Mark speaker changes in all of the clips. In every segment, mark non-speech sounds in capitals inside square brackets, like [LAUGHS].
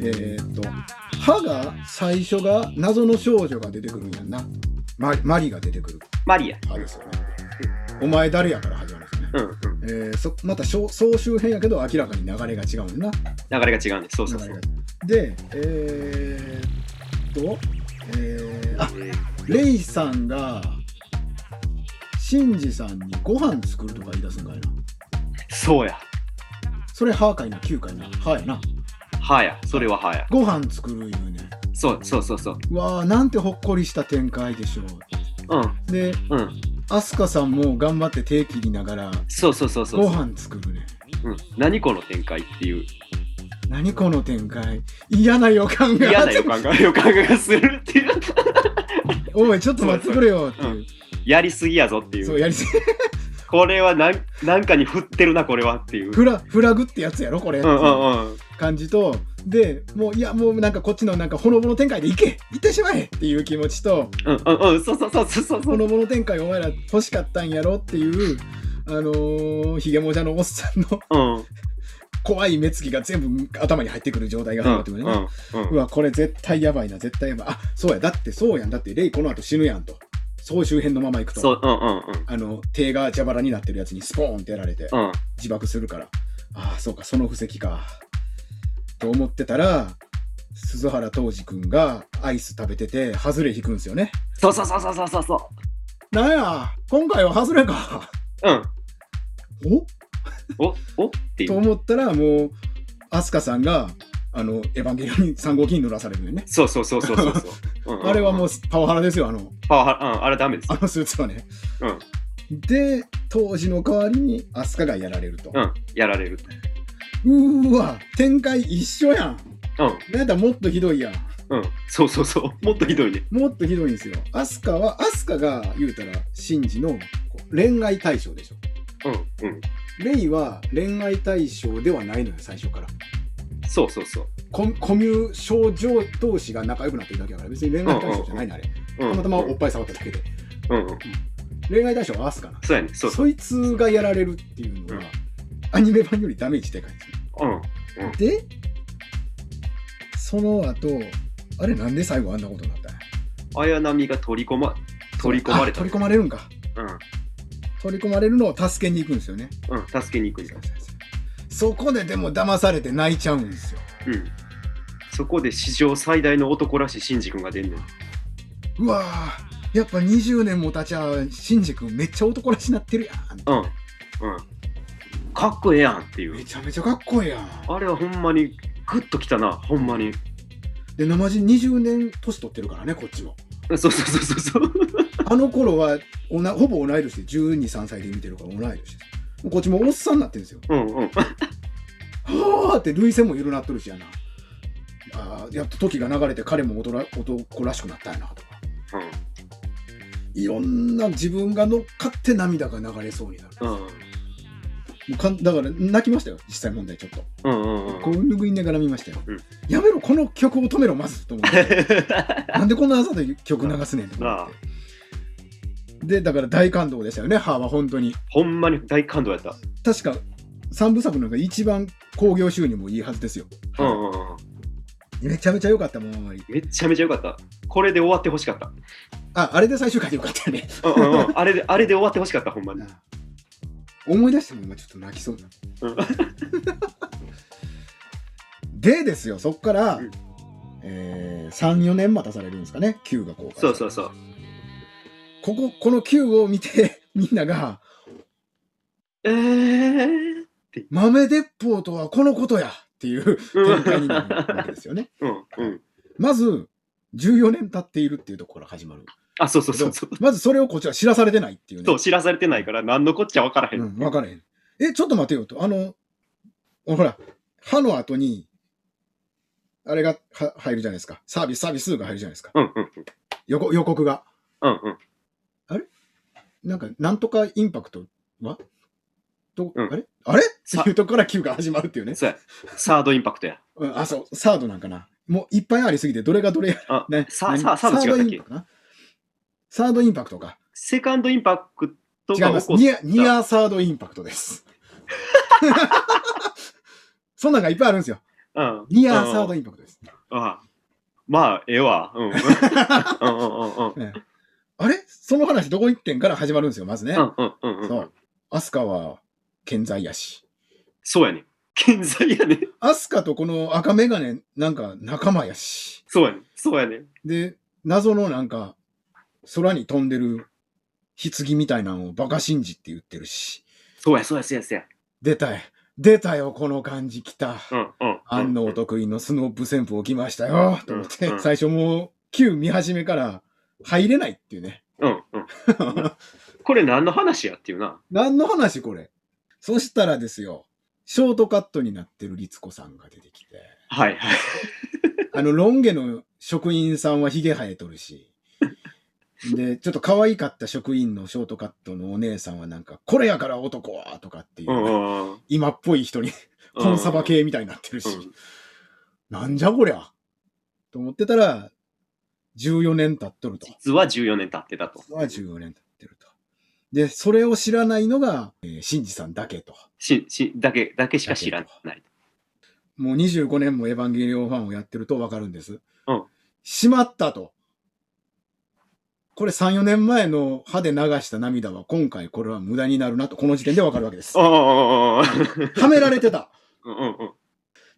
Speaker 1: えーっと歯が最初が謎の少女が出てくるんやんなママリが出てくる
Speaker 2: マリア。
Speaker 1: 歯ですよねお前誰やから始まるんですよね、
Speaker 2: うんうん。
Speaker 1: えーそまた総総集編やけど明らかに流れが違うんやな
Speaker 2: 流れが違うんです。そうそう
Speaker 1: 流
Speaker 2: そ
Speaker 1: れ
Speaker 2: う
Speaker 1: が。でえー、っとえー、あレイさんがシンジさんにご飯作るとか言い出すんかいな
Speaker 2: そうや。
Speaker 1: それ歯かいな9かいな歯やな
Speaker 2: はや。それははや。
Speaker 1: ご飯作る言うね
Speaker 2: そうそうそうそう。
Speaker 1: うわあなんてほっこりした展開でしょう
Speaker 2: うん
Speaker 1: で
Speaker 2: うん。
Speaker 1: アスカさんも頑張って手切りながら
Speaker 2: そうそうそうそう
Speaker 1: ご
Speaker 2: そう。
Speaker 1: 飯作るね
Speaker 2: うん、何この展開っていう
Speaker 1: 何この展開嫌な予感が
Speaker 2: 嫌な予感が [LAUGHS] 予感がするっていう。
Speaker 1: [LAUGHS] おいちょっと待ってくれよっていう
Speaker 2: うやりすぎやぞってい。
Speaker 1: そううやりすぎ
Speaker 2: これはなんなんかに振ってるなこれはっていう。
Speaker 1: フラフラグってやつやろこれ、
Speaker 2: うんうんうん。
Speaker 1: 感じとでもういやもうなんかこっちのなんかほのぼの展開でいけ行ってしまえっていう気持ちと
Speaker 2: うんうんうん。そうそうそうそうそう。
Speaker 1: ほのぼの展開お前ら欲しかったんやろっていうあのー、ひげもじゃのおっさんの
Speaker 2: うん。うん
Speaker 1: 怖い目つきが全部頭に入ってくる状態が
Speaker 2: う
Speaker 1: 始ま
Speaker 2: ん
Speaker 1: ってくるね、
Speaker 2: う。
Speaker 1: うんわ、これ絶対やばいな、絶対やばい。あ、そうや、だってそうやん。だって、レイこの後死ぬやんと。総集編のまま行くと。
Speaker 2: そううんうんうん。
Speaker 1: あの、手が蛇腹になってるやつにスポーンってやられて、
Speaker 2: うん、
Speaker 1: 自爆するから。ああ、そうか、その布石か。と思ってたら、鈴原浩二くんがアイス食べてて、ハズレ引くんすよね。
Speaker 2: そうそうそうそうそうそうそ
Speaker 1: なんや、今回はハズレか。
Speaker 2: ううん
Speaker 1: お
Speaker 2: おおってい
Speaker 1: と
Speaker 2: う
Speaker 1: 思ったら、もう、アスカさんが、あの、エヴァンゲリオンに3号機に乗らされるよね。
Speaker 2: そうそうそうそうそうそう、うんうんうん
Speaker 1: あれはもうパワハラですよ、あの、
Speaker 2: パワハラうんあれダメです
Speaker 1: あのスーツはね。で、当時の代わりにアスカがやられると。
Speaker 2: うんやられる
Speaker 1: うーわ、展開一緒やん。
Speaker 2: うん
Speaker 1: なんだもっとひどいやん。
Speaker 2: うんそうそうそうも [LAUGHS] っとひどいね
Speaker 1: もっとひどいんですよ。アスカは、アスカが言うたら、シンジのこう恋愛対象でしょ。
Speaker 2: うんうん
Speaker 1: レイは恋愛対象ではないのよ、最初から。
Speaker 2: そうそうそう
Speaker 1: ココミュ症状同士が仲良くなってるだけだから、別に恋愛対象じゃないの、あれ。
Speaker 2: う
Speaker 1: た
Speaker 2: ん
Speaker 1: またま
Speaker 2: う
Speaker 1: おっ
Speaker 2: ん
Speaker 1: ぱい触っただけで。
Speaker 2: うん
Speaker 1: 恋愛対象はアスカなんです
Speaker 2: そうやねそうそ
Speaker 1: そ
Speaker 2: う
Speaker 1: いつがやられるっていうのは
Speaker 2: うん、
Speaker 1: アニメ版よりダメージでかいんですよ。
Speaker 2: うん
Speaker 1: でその後あれなんで最後あんなことになったんや
Speaker 2: 綾波が取り込ま取り込まれ
Speaker 1: あ
Speaker 2: た
Speaker 1: 取り込まれるんか
Speaker 2: う
Speaker 1: 取り込まれるのを助けに行くんですよね
Speaker 2: んうん助けに行くんだ
Speaker 1: そこででも騙されて泣いちゃうんですよ
Speaker 2: うんそこで史上最大の男らしいシンジ君が出んねん
Speaker 1: うわーやっぱ20年も経ちゃシンジ君めっちゃ男らしなってるやん
Speaker 2: うんうんかっこええやんっていう
Speaker 1: めちゃめちゃかっこいいやん
Speaker 2: あれはほんまにグッときたなほんまに
Speaker 1: で生地20年年取ってるからねこっちも
Speaker 2: そうそうそうそ
Speaker 1: [LAUGHS]
Speaker 2: うそう
Speaker 1: あの頃はおなほぼ同い年で1 2 3歳で見てるから同い年ですこっちもおっさんになってるんですよ
Speaker 2: うんうん
Speaker 1: はあって涙腺も緩なっとるしやなあーやっと時が流れて彼も男ら男らしくなったんやなとかいろんな自分が乗っかって涙が流れそうになる
Speaker 2: うんうん
Speaker 1: もうかんだから泣きましたよ実際問題ちょっと、
Speaker 2: うんうん
Speaker 1: こう拭いながら見ましたよ、
Speaker 2: うん
Speaker 1: やめろこの曲を止めろまずと思って
Speaker 2: [LAUGHS]
Speaker 1: なんでこんな朝で曲流すねんと思
Speaker 2: なあ
Speaker 1: ってでだから大感動でしたよね歯は本当に
Speaker 2: [LAUGHS] ほんまに大感動やった。
Speaker 1: 確か三部作の中で一番興行収入もいいはずですよ、
Speaker 2: うんうんうん。
Speaker 1: めちゃめちゃ良かったもんあんまり
Speaker 2: めちゃめちゃよかった。これで終わってほしかっ
Speaker 1: ああれで最終回でよかったよね
Speaker 2: た。うんうんうん。 [LAUGHS] あれで、あれで終わってほしかった、ほんまに。
Speaker 1: 思い出しても今ちょっと泣きそうになる
Speaker 2: うん
Speaker 1: [LAUGHS] でですよそこから、
Speaker 2: うん
Speaker 1: え34年待たされるんですかね Q が公開
Speaker 2: そうそうそう。
Speaker 1: こここの Q を見て [LAUGHS] みんなが
Speaker 2: えー。
Speaker 1: 「豆鉄砲とはこのことや!」っていう
Speaker 2: う
Speaker 1: 展
Speaker 2: ん
Speaker 1: 開になるわけですよね
Speaker 2: うんうん。
Speaker 1: まず14年経っているっていうところから始まる
Speaker 2: あ、そうそうそうそう。
Speaker 1: まずそれをこっちは知らされてないっていうね
Speaker 2: そう、知らされてないから、何のこっちゃ分からへん。
Speaker 1: うん、分からへん。え、ちょっと待てよと。あの、ほら、歯の後に、あれがは入るじゃないですか。サービス、サービス数が入るじゃないですか。
Speaker 2: うんうん
Speaker 1: 予告予告が。
Speaker 2: うんうん。
Speaker 1: なんか、なんとかインパクトはと、
Speaker 2: うん
Speaker 1: あれあれ
Speaker 2: さ
Speaker 1: っていうとこから Q が始まるっていうね。
Speaker 2: そうや。サードインパクトや。
Speaker 1: うん、あ、そう、サードなんかな。もういっぱいありすぎて、どれがどれや。
Speaker 2: あ
Speaker 1: ね、
Speaker 2: さ
Speaker 1: 何
Speaker 2: さサード違ったっけ
Speaker 1: インパクトなサードインパクトか。
Speaker 2: セカンドインパクト
Speaker 1: 違い
Speaker 2: が
Speaker 1: ま
Speaker 2: 起
Speaker 1: す。
Speaker 2: こっ
Speaker 1: ニア、ニアサードインパクトです。 [LAUGHS] そんなんがいっぱいあるんですよ。
Speaker 2: うん
Speaker 1: ニアサードインパクトです。
Speaker 2: ああまあ、ええわ。うん。うんうんうんう
Speaker 1: [LAUGHS]
Speaker 2: ん。
Speaker 1: ねあれその話どこ行ってんから始まるんですよ、まずね
Speaker 2: う。んうんうんうん。
Speaker 1: そう。アスカは健在やし。
Speaker 2: そうやね。健在やね。
Speaker 1: アスカとこの赤メガネなんか仲間やし。
Speaker 2: そうやね。そうやね。
Speaker 1: で、謎のなんか空に飛んでる棺みたいなのをバカ信じって言ってるし。
Speaker 2: そうや、そうや、そうや、そうや。
Speaker 1: 出たよ。出たよ、この感じ来た。
Speaker 2: うんうん。
Speaker 1: 安納お得意のスノープ旋風起きましたよ。と思って
Speaker 2: う、ん
Speaker 1: 最初もう旧見始めから入れないっていうね。
Speaker 2: うんうん。これ何の話やっていうな。
Speaker 1: 何の話これそしたらですよ、ショートカットになってる律子さんが出てきて、
Speaker 2: は
Speaker 1: [LAUGHS]
Speaker 2: いはい。
Speaker 1: あの、ロン毛の職員さんはヒゲ生えとるし、で、ちょっと可愛かった職員のショートカットのお姉さんはなんか、これやから男はとかっていう、
Speaker 2: うんうんうん。
Speaker 1: 今っぽい人に、コンサバ系みたいになってるし、なんじゃこりゃと思ってたら、14年経っとると。
Speaker 2: 実は14年経ってたと。
Speaker 1: は14年経ってると。で、それを知らないのが、えー、シンジさんだけと。
Speaker 2: ししだけ、だけしか知らない。
Speaker 1: もう25年もエヴァンゲリオンファンをやってるとわかるんです。
Speaker 2: うん
Speaker 1: しまったと。これ3、4年前の歯で流した涙は今回これは無駄になるなと、この時点でわかるわけです。
Speaker 2: お
Speaker 1: は
Speaker 2: ーおーおーおー
Speaker 1: められてた。
Speaker 2: うんうんうん。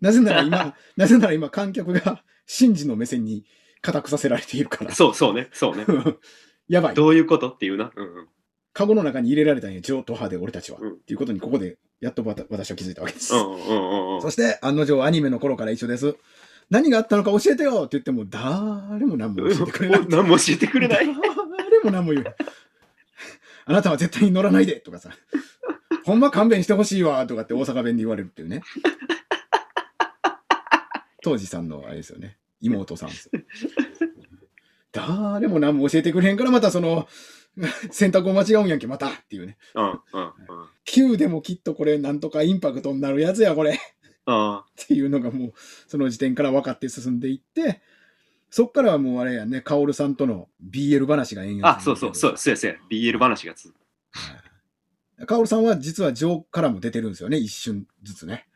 Speaker 1: なぜなら今、 [LAUGHS] なぜなら今観客がシンジの目線に固くさせられているから。
Speaker 2: そうそうね、そうね。
Speaker 1: [LAUGHS] やばい。
Speaker 2: どういうことっていうな。うんうん。
Speaker 1: カゴの中に入れられたんや、上等派で俺たちは。
Speaker 2: うん
Speaker 1: っていうことにここでやっとわた私は気づいたわけです。
Speaker 2: うんうんうんうん
Speaker 1: そ。して、案の定アニメの頃から一緒です。何があったのか教えてよって言っても、誰も何も教えてくれない。
Speaker 2: 何も教えてくれない。
Speaker 1: 誰も何も言うない。あなたは絶対に乗らないでとかさ。ほんま勘弁してほしいわとかって大阪弁で言われるっていうね。当時さんのあれですよね。妹さんですよ。誰も何も教えてくれへんからまたその、 [LAUGHS] 選択を間違うんやんけ、またっていうね。
Speaker 2: うんうんうん。あ
Speaker 1: Q でもきっとこれなんとかインパクトになるやつや、これ。
Speaker 2: あ
Speaker 1: っていうのがもうその時点から分かって進んでいってそっからはもうあれやね薫さんとの BL 話が延々
Speaker 2: あ、そうそう、そう、そうや、そうや。BL 話がつ。
Speaker 1: 薫さんは実は情からも出てるんですよね一瞬ずつね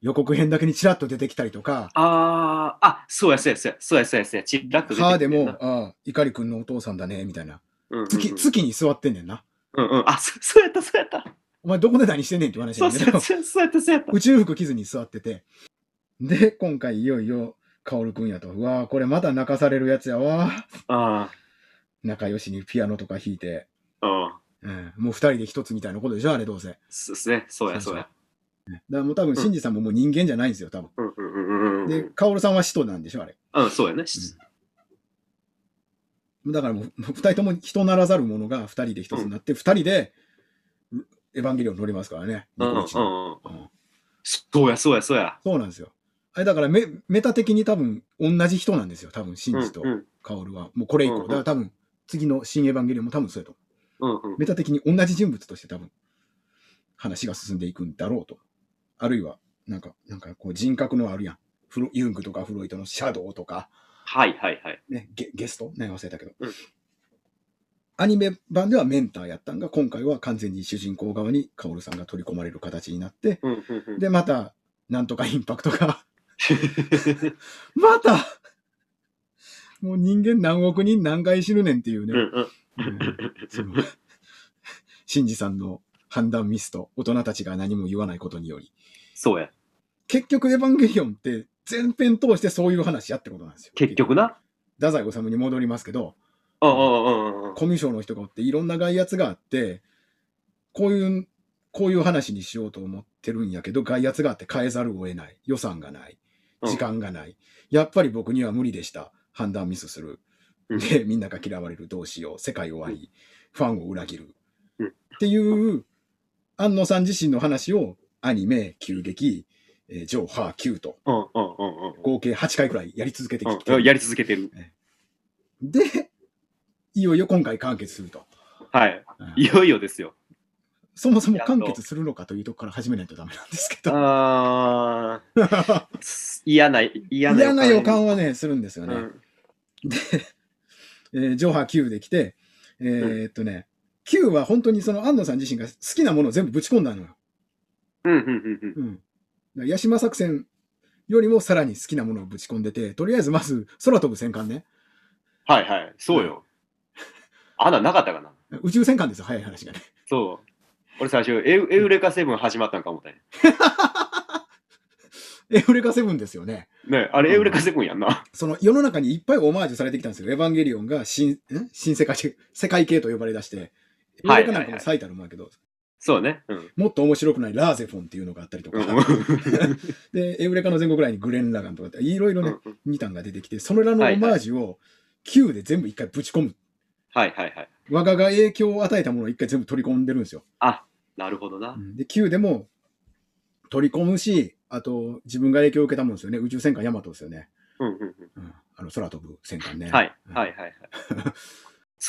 Speaker 1: 予告編だけにちらっと出てきたりとか
Speaker 2: ああ、あ、そうや、そうや、そうや、そうや、そうや、そうや。ちらっと出て
Speaker 1: 歯
Speaker 2: きて
Speaker 1: で
Speaker 2: んな
Speaker 1: も、ああ、碇くんのお父さんだね、みたいな。
Speaker 2: うんうんうん
Speaker 1: 月、月に座ってんねんな。
Speaker 2: うんうん。あ、そそうやった、そうやった。
Speaker 1: お前どこで何してんねんって話な
Speaker 2: そうん
Speaker 1: だ
Speaker 2: そ
Speaker 1: けど
Speaker 2: う、、そうそうやった、そうやった。
Speaker 1: 宇宙服着ずに座ってて。で、今回いよいよ、薫くんやと。うわあ、これまた泣かされるやつやわ。
Speaker 2: あ
Speaker 1: 仲良しにピアノとか弾いて。
Speaker 2: あ、ああ、
Speaker 1: うん、もう二人で一つみたいなことでしょ、あれどうせ。だか
Speaker 2: そうですね。そうや、そうや。
Speaker 1: らもう多分、シンジさんももう人間じゃないんですよ、多分。
Speaker 2: うんうんうんうんう
Speaker 1: で、
Speaker 2: ん。
Speaker 1: カオルさんは使徒なんでしょ、あれ。
Speaker 2: うん、そうやね。し
Speaker 1: だからもう、二人とも人ならざる者が二人で一つになって、二人で、エヴァンゲリオン乗りますからね。
Speaker 2: うんうんう
Speaker 1: ニコイチの
Speaker 2: んうん。
Speaker 1: うん
Speaker 2: そうや、そうや、そうや。
Speaker 1: そうなんですよ。あれだからメ、メタ的に多分、同じ人なんですよ、多分、シ
Speaker 2: う
Speaker 1: ン
Speaker 2: ん
Speaker 1: ジと
Speaker 2: うん
Speaker 1: カオルは。もうこれ以
Speaker 2: うん
Speaker 1: 降。
Speaker 2: うん
Speaker 1: だから多分、次の新エヴァンゲリオンも多分そうやと思う。
Speaker 2: うんうん。
Speaker 1: メタ的に同じ人物として多分、話が進んでいくんだろうと。あるいは、なんか、なんかこう人格のあるやん。フロユングとかフロイトのシャドウとか、
Speaker 2: はいはいはい。
Speaker 1: ね、ゲゲストね、忘れたけど。
Speaker 2: うん
Speaker 1: アニメ版ではメンターやったんが、今回は完全に主人公側にカオルさんが取り込まれる形になって、
Speaker 2: うんうんうん。
Speaker 1: で、また、なんとかインパクトが、 [LAUGHS] またもう人間何億人何回死ぬねんっていう
Speaker 2: う
Speaker 1: ね
Speaker 2: ん。うん
Speaker 1: うんその、シンジさんの判断ミスと大人たちが何も言わないことにより、
Speaker 2: そうや。
Speaker 1: 結局エヴァンゲリオンって全編通してそういう話やってことなんですよ。
Speaker 2: 結。局な。
Speaker 1: 太宰治に戻りますけど、
Speaker 2: うんうんうんうんうん。
Speaker 1: コミュ障の人がおっていろんな外圧があって、こういう、こういう話にしようと思ってるんやけど、外圧があって変えざるを得ない。予算がない。
Speaker 2: うん
Speaker 1: 時間がない。やっぱり僕には無理でした。判断ミスする。
Speaker 2: うん
Speaker 1: で、みんなが嫌われる。どうしよう。世界終わり。ファンを裏切る。
Speaker 2: うん
Speaker 1: っていう、安野さん自身の話をアニメ、急激、えー、ジョー、ハー、キューと、
Speaker 2: うんうんうんうん
Speaker 1: 合計8回くらいやり続けてきて、
Speaker 2: うん。やり続けてる。
Speaker 1: で、いよいよ今回完結すると。
Speaker 2: は
Speaker 1: う
Speaker 2: い。
Speaker 1: ん
Speaker 2: いよいよですよ。
Speaker 1: そもそも完結するのかというとこから始めないとダメなんですけど。
Speaker 2: ああ、嫌な、嫌
Speaker 1: [LAUGHS]
Speaker 2: な。
Speaker 1: 嫌な予感はね、するんですよ
Speaker 2: う
Speaker 1: ね。
Speaker 2: ん。
Speaker 1: で、えー上波 Q で来て、えーっとね、Q は本当にその安野さん自身が好きなものを全部ぶち込んだのよ。
Speaker 2: うんうんうんうん。
Speaker 1: うん。だから八島作戦よりもさらに好きなものをぶち込んでて、とりあえずまず空飛ぶ戦艦ね。
Speaker 2: はいはい。そうよ。あんなんなかったかな。
Speaker 1: 宇宙戦艦ですよ、早い話がね。 [LAUGHS]
Speaker 2: そう。俺最初、エウエウレカセブン始まったんか思ったんや
Speaker 1: エウレカセブンですよね。
Speaker 2: ねあ
Speaker 1: うん
Speaker 2: れ、エウレカセブンやんな。
Speaker 1: その世の中にいっぱいオマージュされてきたんですよ。エヴァンゲリオンが新ん新世界系世界系と呼ばれ出して、映
Speaker 2: はい
Speaker 1: 画なんかも最たるもんやけど、
Speaker 2: そうね。うん。
Speaker 1: もっと面白くないラーゼフォンっていうのがあったりとか、
Speaker 2: うん
Speaker 1: で、エウレカの前後ぐらいにグレン・ラガンとかって、いろいろね、
Speaker 2: うん
Speaker 1: 2タンが出てきて、それらのオマージュを Q で全部一回ぶち込む。
Speaker 2: はいはいはい。
Speaker 1: 我がが影響を与えたものを一回全部取り込んでるんですよ。
Speaker 2: あ、なるほどな。
Speaker 1: で、Q でも取り込むし、あと自分が影響を受けたものですよね。宇宙戦艦ヤマトですよね。
Speaker 2: うんうんう
Speaker 1: うん、あの空飛ぶ戦艦ね。
Speaker 2: ん。はい
Speaker 1: うん
Speaker 2: はいはいはい。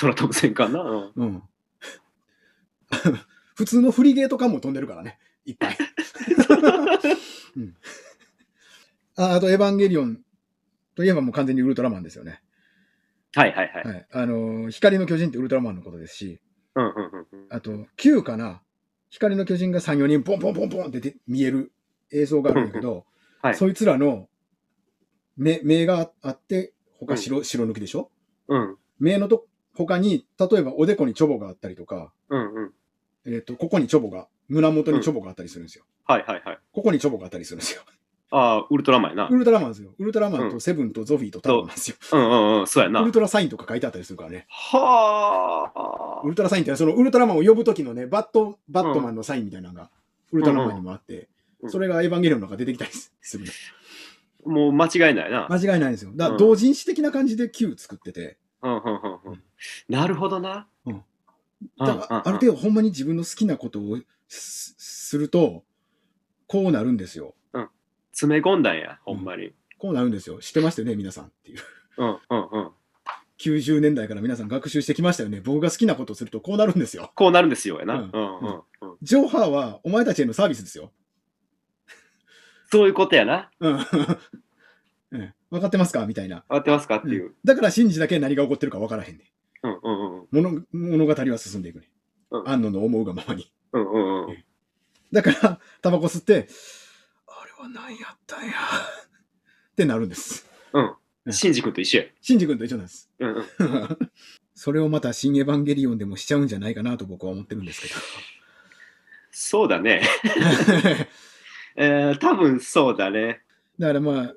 Speaker 2: 空飛ぶ戦艦な。うん
Speaker 1: うん。 [LAUGHS] 普通のフリゲート艦も飛んでるからね、いっぱい。
Speaker 2: [LAUGHS]
Speaker 1: うん、ああと、エヴァンゲリオンといえばもう完全にウルトラマンですよね。
Speaker 2: はいはいはい。
Speaker 1: はい。あのー光の巨人ってウルトラマンのことですし、
Speaker 2: うんうんうんうん。
Speaker 1: あと、Q かな、光の巨人が3、4人ポンポンポンポンって出て見える映像があるんだけど、
Speaker 2: [LAUGHS] はい
Speaker 1: そいつらの目目があって、他白,、白抜きでしょ
Speaker 2: うん
Speaker 1: 目のと他に、例えばおでこにチョボがあったりとか、
Speaker 2: うんうん。
Speaker 1: えっ、と、ここにチョボが、胸元にチョボがあったりするんですよ。
Speaker 2: はいはいはい。
Speaker 1: ここにチョボがあったりするんですよ。
Speaker 2: ああ、ウルトラマンやな
Speaker 1: ウ。ルトラマンですよ。ウルトラマン
Speaker 2: う
Speaker 1: と
Speaker 2: ん
Speaker 1: セブンとゾフィーとタローなんですよ。
Speaker 2: うんうんうん、そうや
Speaker 1: ウ
Speaker 2: な
Speaker 1: ル。トラサインとか書いてあったりするからね。
Speaker 2: はあ
Speaker 1: ウ。ルトラサインってのはそのウルトラマンを呼ぶ時のね、バット、バットマンのサインみたいなのが、ウルトラマンにもあって、
Speaker 2: うんうん
Speaker 1: それがエヴァンゲリオンの中で出てきたりするの。
Speaker 2: もう間違いないな。
Speaker 1: 間違いないんですよ。だから
Speaker 2: うん
Speaker 1: 同人誌的な感じで Q 作ってて、
Speaker 2: うんうんうんうん。なるほどな。
Speaker 1: うん
Speaker 2: うん
Speaker 1: だからある程
Speaker 2: 度。
Speaker 1: 度ほんまに自分の好きなことをすすると、こうなるんですよ。
Speaker 2: 詰め込んだんや、ほんまに。
Speaker 1: こうなるんですよ。知ってましたよね、皆さんっていう。
Speaker 2: うんうんうん。
Speaker 1: 90年代から皆さん学習してきましたよね。僕が好きなことをするとこうなるんですよ。
Speaker 2: こうなるんですよ、やな。
Speaker 1: う
Speaker 2: うんんうんうん。
Speaker 1: ジョーハーはお前たちへのサービスですよ。
Speaker 2: そういうことやな。
Speaker 1: うん。 [LAUGHS] うん分かってますかみたいな。
Speaker 2: 合ってますかっていう。
Speaker 1: だから真珠だけ何が起こってるか分からへんね
Speaker 2: うんうんうん
Speaker 1: ん物物語は進んでいくね、
Speaker 2: うん
Speaker 1: 安野の思うがままに。
Speaker 2: うんうんうん。
Speaker 1: だから、タバコ吸って、あれは何やったんや。 [LAUGHS] ってなるんです。
Speaker 2: うん。シンジ君と一緒や。
Speaker 1: 真珠君と一緒なんです。 [LAUGHS]
Speaker 2: うんうん。
Speaker 1: それをまた新エヴァンゲリオンでもしちゃうんじゃないかなと僕は思ってるんですけど。
Speaker 2: そうだね。えー、多分そうだね。
Speaker 1: だからまあ、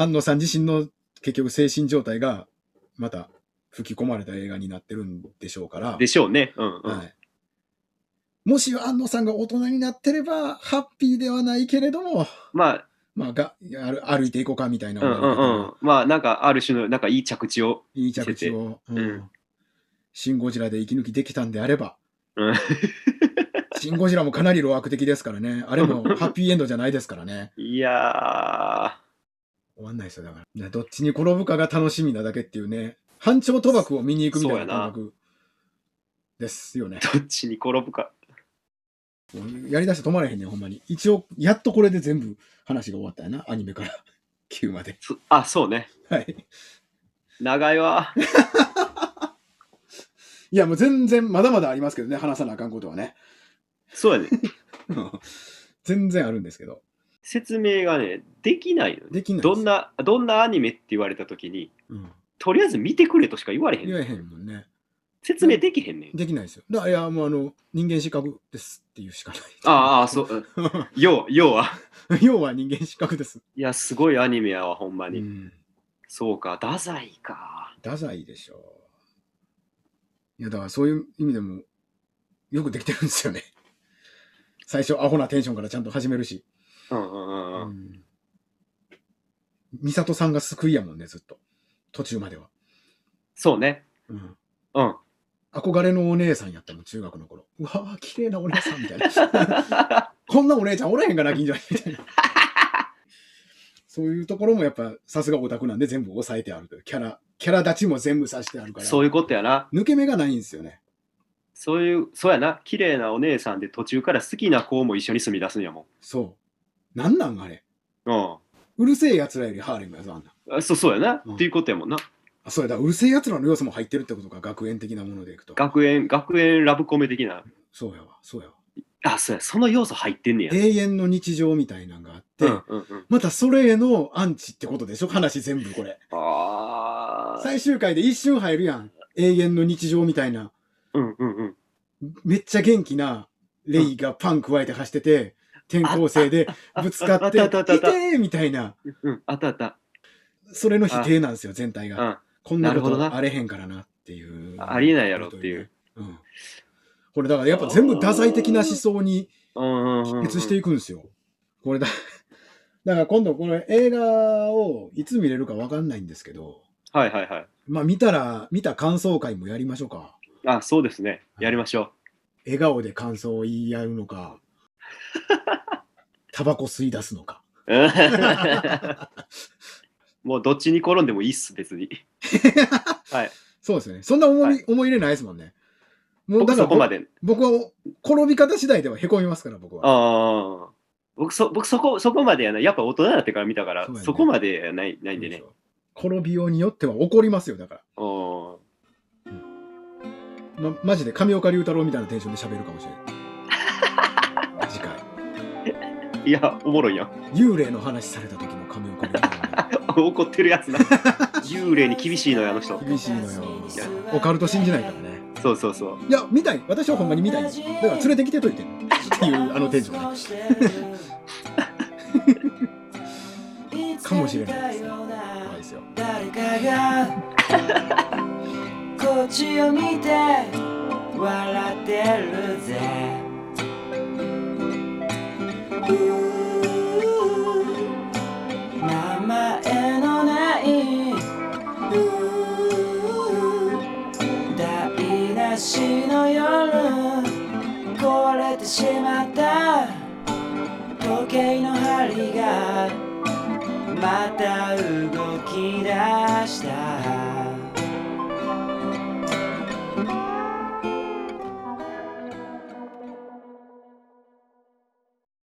Speaker 1: 安野さん自身の結局精神状態がまた吹き込まれた映画になってるんでしょうから
Speaker 2: で、しょうね。うんうん。
Speaker 1: はい、もし安野さんが大人になってれば、ハッピーではないけれども、
Speaker 2: まあ、
Speaker 1: まあ、が歩歩いていこうかみたいな、
Speaker 2: うんうんうん。まあ、なんか、ある種の、なんかいい着地を。
Speaker 1: いい着地を、うん
Speaker 2: うん
Speaker 1: シン・ゴジラで息抜きできたんであれば、
Speaker 2: うん
Speaker 1: シン・ゴジラもかなり老悪的ですからね、あれもハッピーエンドじゃないですからね。
Speaker 2: いや
Speaker 1: 終わんないですよ、だから。などっちに転ぶかが楽しみなだけっていうね。班長賭博を見に行くみたいな感覚ですよね。
Speaker 2: ー、どっちに転ぶか。
Speaker 1: もうやりだして止まれへんねん、ほんまに。一応、やっとこれで全部話が終わったよな、アニメから9まで。
Speaker 2: そあ、そうね。
Speaker 1: はい。
Speaker 2: 長いわ。
Speaker 1: いや、もう全然、まだまだありますけどね、話さなあかんことはね。 [LAUGHS]
Speaker 2: そうやね。
Speaker 1: 全然あるんですけど。
Speaker 2: 説明がね、できないのね。
Speaker 1: できないです
Speaker 2: どんな、どんなアニメって言われたときに、
Speaker 1: うん。
Speaker 2: とりあえず見てくれとしか言われへん
Speaker 1: 言
Speaker 2: ね
Speaker 1: え
Speaker 2: ん。
Speaker 1: へんもんね。
Speaker 2: 説明できへんねん。
Speaker 1: できないですよ。だから、いや、もうあの、人間失格ですっていうしかない。
Speaker 2: ああ、そう。
Speaker 1: あ。
Speaker 2: 要は、要は。
Speaker 1: [LAUGHS] 要は人間失格です。
Speaker 2: いや、すごいアニメやわ、ほんま
Speaker 1: う
Speaker 2: に。
Speaker 1: ん。
Speaker 2: そうか、太宰か。
Speaker 1: 太宰でしょう。いや、だからそういう意味でも、よくできてるんですよね。 [LAUGHS] 最初、アホなテンションからちゃんと始めるし。
Speaker 2: うんうんうんうん。
Speaker 1: ん。美里さんが救いやもんね、ずっと。途中までは。
Speaker 2: そうね。
Speaker 1: うん。
Speaker 2: うん。
Speaker 1: 憧れのお姉さんやったもん、中学の頃。うわぁ、綺麗なお姉さんみたいな。 [LAUGHS] こんなお姉ちゃんおらへんかな、近所に。みたいな。 [LAUGHS] そういうところもやっぱ、さすがオタクなんで全部抑えてあるという。キャラ、キャラ立ちも全部さしてあるから。
Speaker 2: そういうことやな。
Speaker 1: 抜け目がないんですよね。
Speaker 2: そういう、そうやな。綺麗なお姉さんで途中から好きな子も一緒に住み出すんやも
Speaker 1: そう。なんなんあれ。
Speaker 2: ん。
Speaker 1: うるせえ奴らよりハーレムやぞ、あんな。
Speaker 2: うん。あそうそうやな。
Speaker 1: うん
Speaker 2: っていうことやもんな。
Speaker 1: あそうやだうるせえやつらの要素も入ってるってことか学園的なものでいくと
Speaker 2: 学園、学園ラブコメ的な。
Speaker 1: そうやわそうやわ
Speaker 2: あ、そうや、その要素入ってんねや。
Speaker 1: 永遠の日常みたいなんがあって、
Speaker 2: うんうんうん。
Speaker 1: またそれへのアンチってことでしょ話全部これ
Speaker 2: ああ。
Speaker 1: 最終回で一瞬入るやん永遠の日常みたいな
Speaker 2: うんうんうん。
Speaker 1: めっちゃ元気なレイがパン加えて走ってて転校生でぶつか
Speaker 2: あ
Speaker 1: っ
Speaker 2: っ
Speaker 1: 「
Speaker 2: て
Speaker 1: い
Speaker 2: たあったあったあってた
Speaker 1: ー!」みたいな
Speaker 2: うん、あったあった。
Speaker 1: それの否定なんですよ全体
Speaker 2: う
Speaker 1: が
Speaker 2: ん。
Speaker 1: こんなこ
Speaker 2: なるほど
Speaker 1: と
Speaker 2: な
Speaker 1: あれへんからなっていう
Speaker 2: ありえないやろっていう、
Speaker 1: うん、これだからやっぱ全部太宰的な思想に
Speaker 2: うんうんうんうん。
Speaker 1: 決していくんですよこれだ [LAUGHS] だから今度この映画をいつ見れるかわかんないんですけど
Speaker 2: はいはいはい。
Speaker 1: まあ見たら見た感想会もやりましょうか
Speaker 2: あ、そうですね。やりましょ
Speaker 1: 笑顔で感想を言い合うの
Speaker 2: [LAUGHS]
Speaker 1: かタバコ吸い出すのか
Speaker 2: う。うん [LAUGHS] もうどっちに転んでもいいっす、別に。はい。
Speaker 1: そうですよね。そんな思い,、
Speaker 2: はい
Speaker 1: 思い入れないですもんね。もう
Speaker 2: 僕
Speaker 1: だから
Speaker 2: そこま
Speaker 1: 僕
Speaker 2: で。
Speaker 1: 僕は転び方次第ではへこみますから、僕は。
Speaker 2: ああ。僕そ、僕そこ、そこまでやな。やっぱ大人になってから見たから、
Speaker 1: そ
Speaker 2: そう
Speaker 1: やね
Speaker 2: こまでやない、ないんでね。
Speaker 1: 転びようによっては怒りますよ、だか
Speaker 2: おー
Speaker 1: ら。ま、マジで上岡龍太郎みたいなテンションで喋るかもしれない。次回。
Speaker 2: いや、おもろいやん。 [LAUGHS]
Speaker 1: 幽霊の話された時の上岡龍太
Speaker 2: 怒ってるやつな。幽霊に厳しいのよ、あの人
Speaker 1: 郎。。厳しいのよ
Speaker 2: いや。
Speaker 1: オカルト信じないからね。
Speaker 2: そうそうそう。
Speaker 1: いや、見たい。私はほんまに見たい。だから連れてきてといて。っていう、あのテンションね。
Speaker 3: かもしれないですね
Speaker 1: 怖いですよ。
Speaker 3: 誰かがこっちを見て笑ってるぜうー名前のないうー台無しの夜壊れてしまった時計の針がまた動き出した